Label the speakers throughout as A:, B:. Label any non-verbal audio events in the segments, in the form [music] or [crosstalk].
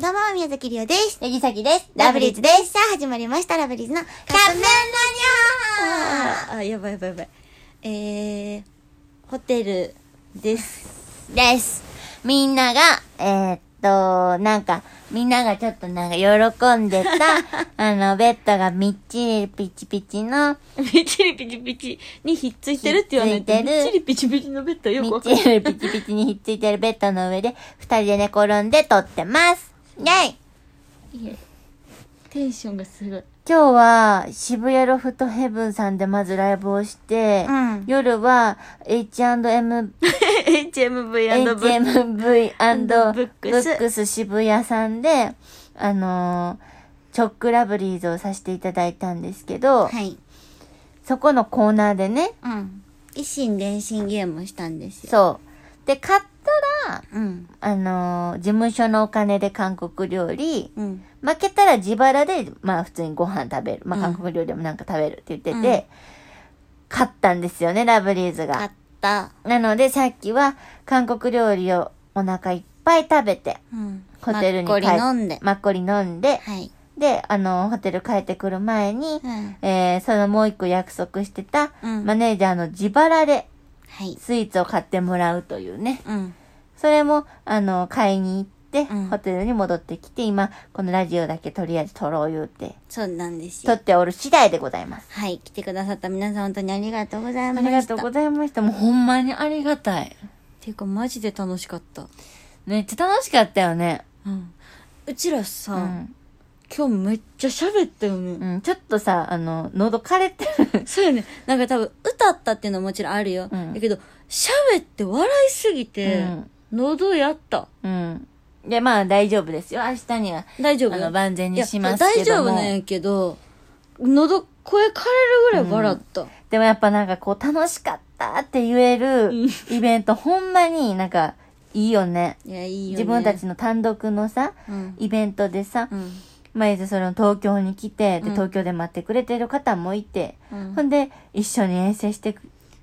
A: どうも、宮崎りおです。
B: ヤギサキです。
A: ラブリーズ
B: で。
A: です。さあ、始まりました、ラブリーズのカッ
B: カップ
A: プ
B: の
A: 麺
B: 日本
A: あーあ、やばいやばいやばい。えー、
B: ホテルです。
A: です。
B: みんなが、えーっと、なんか、みんながちょっとなんか喜んで
A: [laughs]
B: た、あの、ベッドがみっちりピチピチの、
A: ピチリピチピチにひっついてるって言わないと、
B: ひっつい
A: ピ
B: てる
A: チリピチピチのベッドよ
B: み
A: くわ
B: っ
A: かんない。
B: ちりピチピチにひっついてるベッドの上で、二人で寝転んで撮ってます。イェイ
A: テンションがす [laughs] ごい。
B: 今日は渋谷ロフトヘブンさんでまずライブをして、
A: うん
B: 夜は H&M
A: HMV&V。
B: HMV&
A: ブ
B: ブ
A: ッ
B: ッ
A: ク
B: ク
A: ス
B: ス渋谷さんで、あのーチョックラブリーズをさせていただいたんですけど、
A: はい。
B: そこのコーナーでね、
A: うん。一心伝心ゲームしたんですよ。
B: そう。で、買ったら、
A: うん。
B: あのー事務所のお金で韓国料理、
A: うん。
B: 負けたら自腹で、まあ普通にご飯食べる。まあ
A: うん
B: 韓国料理でもなんか食べるって言ってて、
A: うん
B: 買ったんですよね、ラブリーズ
A: 買っ
B: が。
A: た。
B: なのでさっきは韓国料理をお腹いっぱい食べて、
A: うん。
B: ホテルに
A: マッコ
B: 帰
A: リ飲んで。
B: マッコリ飲んで、
A: はい。
B: で、あの、ホテル帰ってくる前に、
A: うん。
B: えー、そのもう一個約束してた、
A: うん
B: マネージャーの自腹で
A: はい。
B: スイーツを買ってもらうというね。
A: うん。
B: それも、あの、買いに行って、
A: うん
B: ホテルに戻ってきて、今、このラジオだけとりあえず撮ろう言うて、
A: そうなんです
B: 撮
A: よ
B: っ。ておる次第でございます。
A: はい。来てくださった皆さん本当にありがとうござい
B: あ
A: ま
B: り
A: した。
B: がとうございました。もうほんまにありがたい。
A: ていうかマジで楽しかった。
B: めっちゃ楽しかったよね。
A: うん。うちらさ、
B: うん。
A: 今日めっちゃ喋ったよね。
B: うん、ちょっとさ、あの、喉枯れてる。
A: そうよね。なんか多分、歌ったっていうのはもちろんあるよ。
B: うん
A: だけど、喋って笑いすぎて、
B: うん
A: 喉やった。
B: うん。で、まあ大丈夫ですよ。明日には。
A: 大丈夫
B: あの万全にします
A: い
B: け
A: や
B: ども
A: 大丈夫なんやけど、喉、声枯れるぐらい笑った。
B: でもやっぱなんかこう楽しかったって言えるイベント、ほんまになんかいいよね。
A: いや、いいよ、ね。
B: 自分たち。の単独のさ、
A: うん。
B: イベントでさ
A: う、ん。
B: まあ、いずその東京に来て、
A: う
B: で、
A: ん
B: 東京で待ってくれてる方もいて、
A: うん
B: ほんで、一緒に遠征して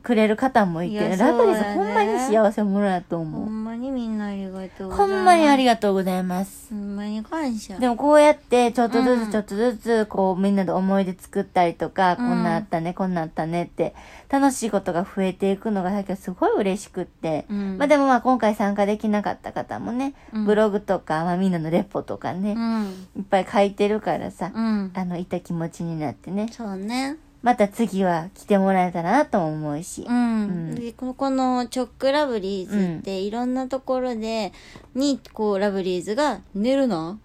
B: くれる方もいて、
A: いや
B: ラブリー
A: そう
B: ズ
A: だね
B: ほんまに幸せもらうと
A: ほ
B: 思う。
A: んまにみんなありがとうござ
B: ほ
A: います。
B: んまにありがとうございます。
A: ほんまに感謝。
B: でもこうやって、ちょっとず
A: うん
B: つちょっとずつ、こうみんなで思い出作ったりとか、
A: うん
B: こんなんあったね、こんなんあったねって、楽しいことが増えていくのが最近すごい嬉しくって。
A: うん
B: まあでもまあ今回参加できなかった方もね、
A: うん
B: ブログとか、まあみんなのレポとか
A: う
B: ね、
A: ん。
B: いっぱい書いてるからさ、
A: うん。
B: あの、いた気持ちになってね。
A: そうね。
B: また次は来てもらえたらなとも思うし。
A: うん
B: うん
A: でこのこのチョックラブリーズっていろんなところで、にこうラブリーズが「寝るな?」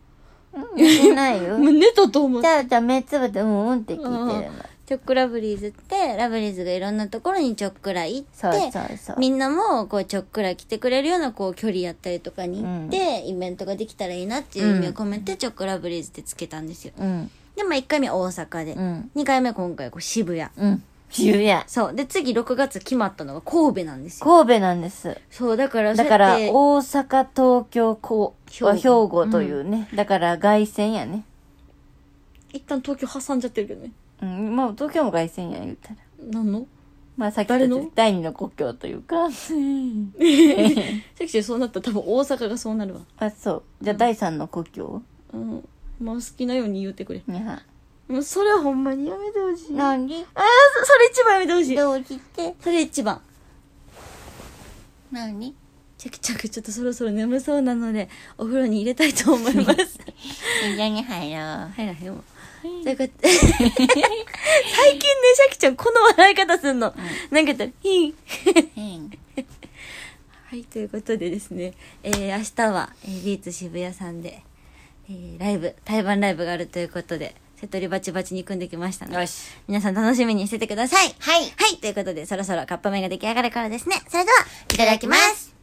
B: 言ってない
A: [laughs]
B: よ。
A: もう寝たと思う
B: じゃあ、じゃあ目つぶって、うんうんって聞いてるの。
A: チョックラブリーズってラブリーズがいろんなところにちょっくら行って
B: そうそうそう。
A: みんなもこうちょっくら来てくれるようなこう距離やったりとかに行って、イベントができたらいいなっていう意味を込めて、チョックラブリーズってつけたんですよ
B: うん。
A: でまあ1回目大阪で、
B: うん。
A: 2回目今回こう渋谷
B: うん。渋谷。
A: そうで次6月決まったのが神戸なんですよ
B: 神戸なんです。
A: そうだから
B: だから、
A: そうやって
B: 大阪、東京、こう、
A: 兵庫
B: 兵庫というね。だから、外線やね。
A: 一旦東京挟んじゃってるけどね
B: うん、まあ、東京も外線や、言ったら。
A: なんの
B: まあ、さっき
A: 誰
B: と
A: の
B: 第二の故郷という [laughs] か。
A: 関ちゃんそうなったら多分大阪がそうなるわ
B: あ、そう。じゃあ、第三の故郷
A: うんまあ好きなように言ってくれ
B: にゃ。
A: もうそれはほんまにやめてほしいあ
B: 何
A: あそそれ一番やめてほしい
B: どうして
A: それ一番
B: 何
A: チャキチャキちょっとそろそろ眠そうなのでお風呂に入れたいと思い [laughs] ます
B: 一緒に入ろう。
A: 入らへんわということ [laughs] で最近ねシャキちゃんこの笑い方すんの、なんか言ったら「ヒン」
B: うん。
A: [laughs] はい、ということでですね、えー明日は、えービーツ渋谷さんで、えーライブ、対バンライブがあるということで、セトリバチバチに組んできましたので、
B: よし
A: 皆さん楽しみにしててください。
B: はい
A: はい、ということで、そろそろカップ麺が出来上がるからですね。それでは、いただきます。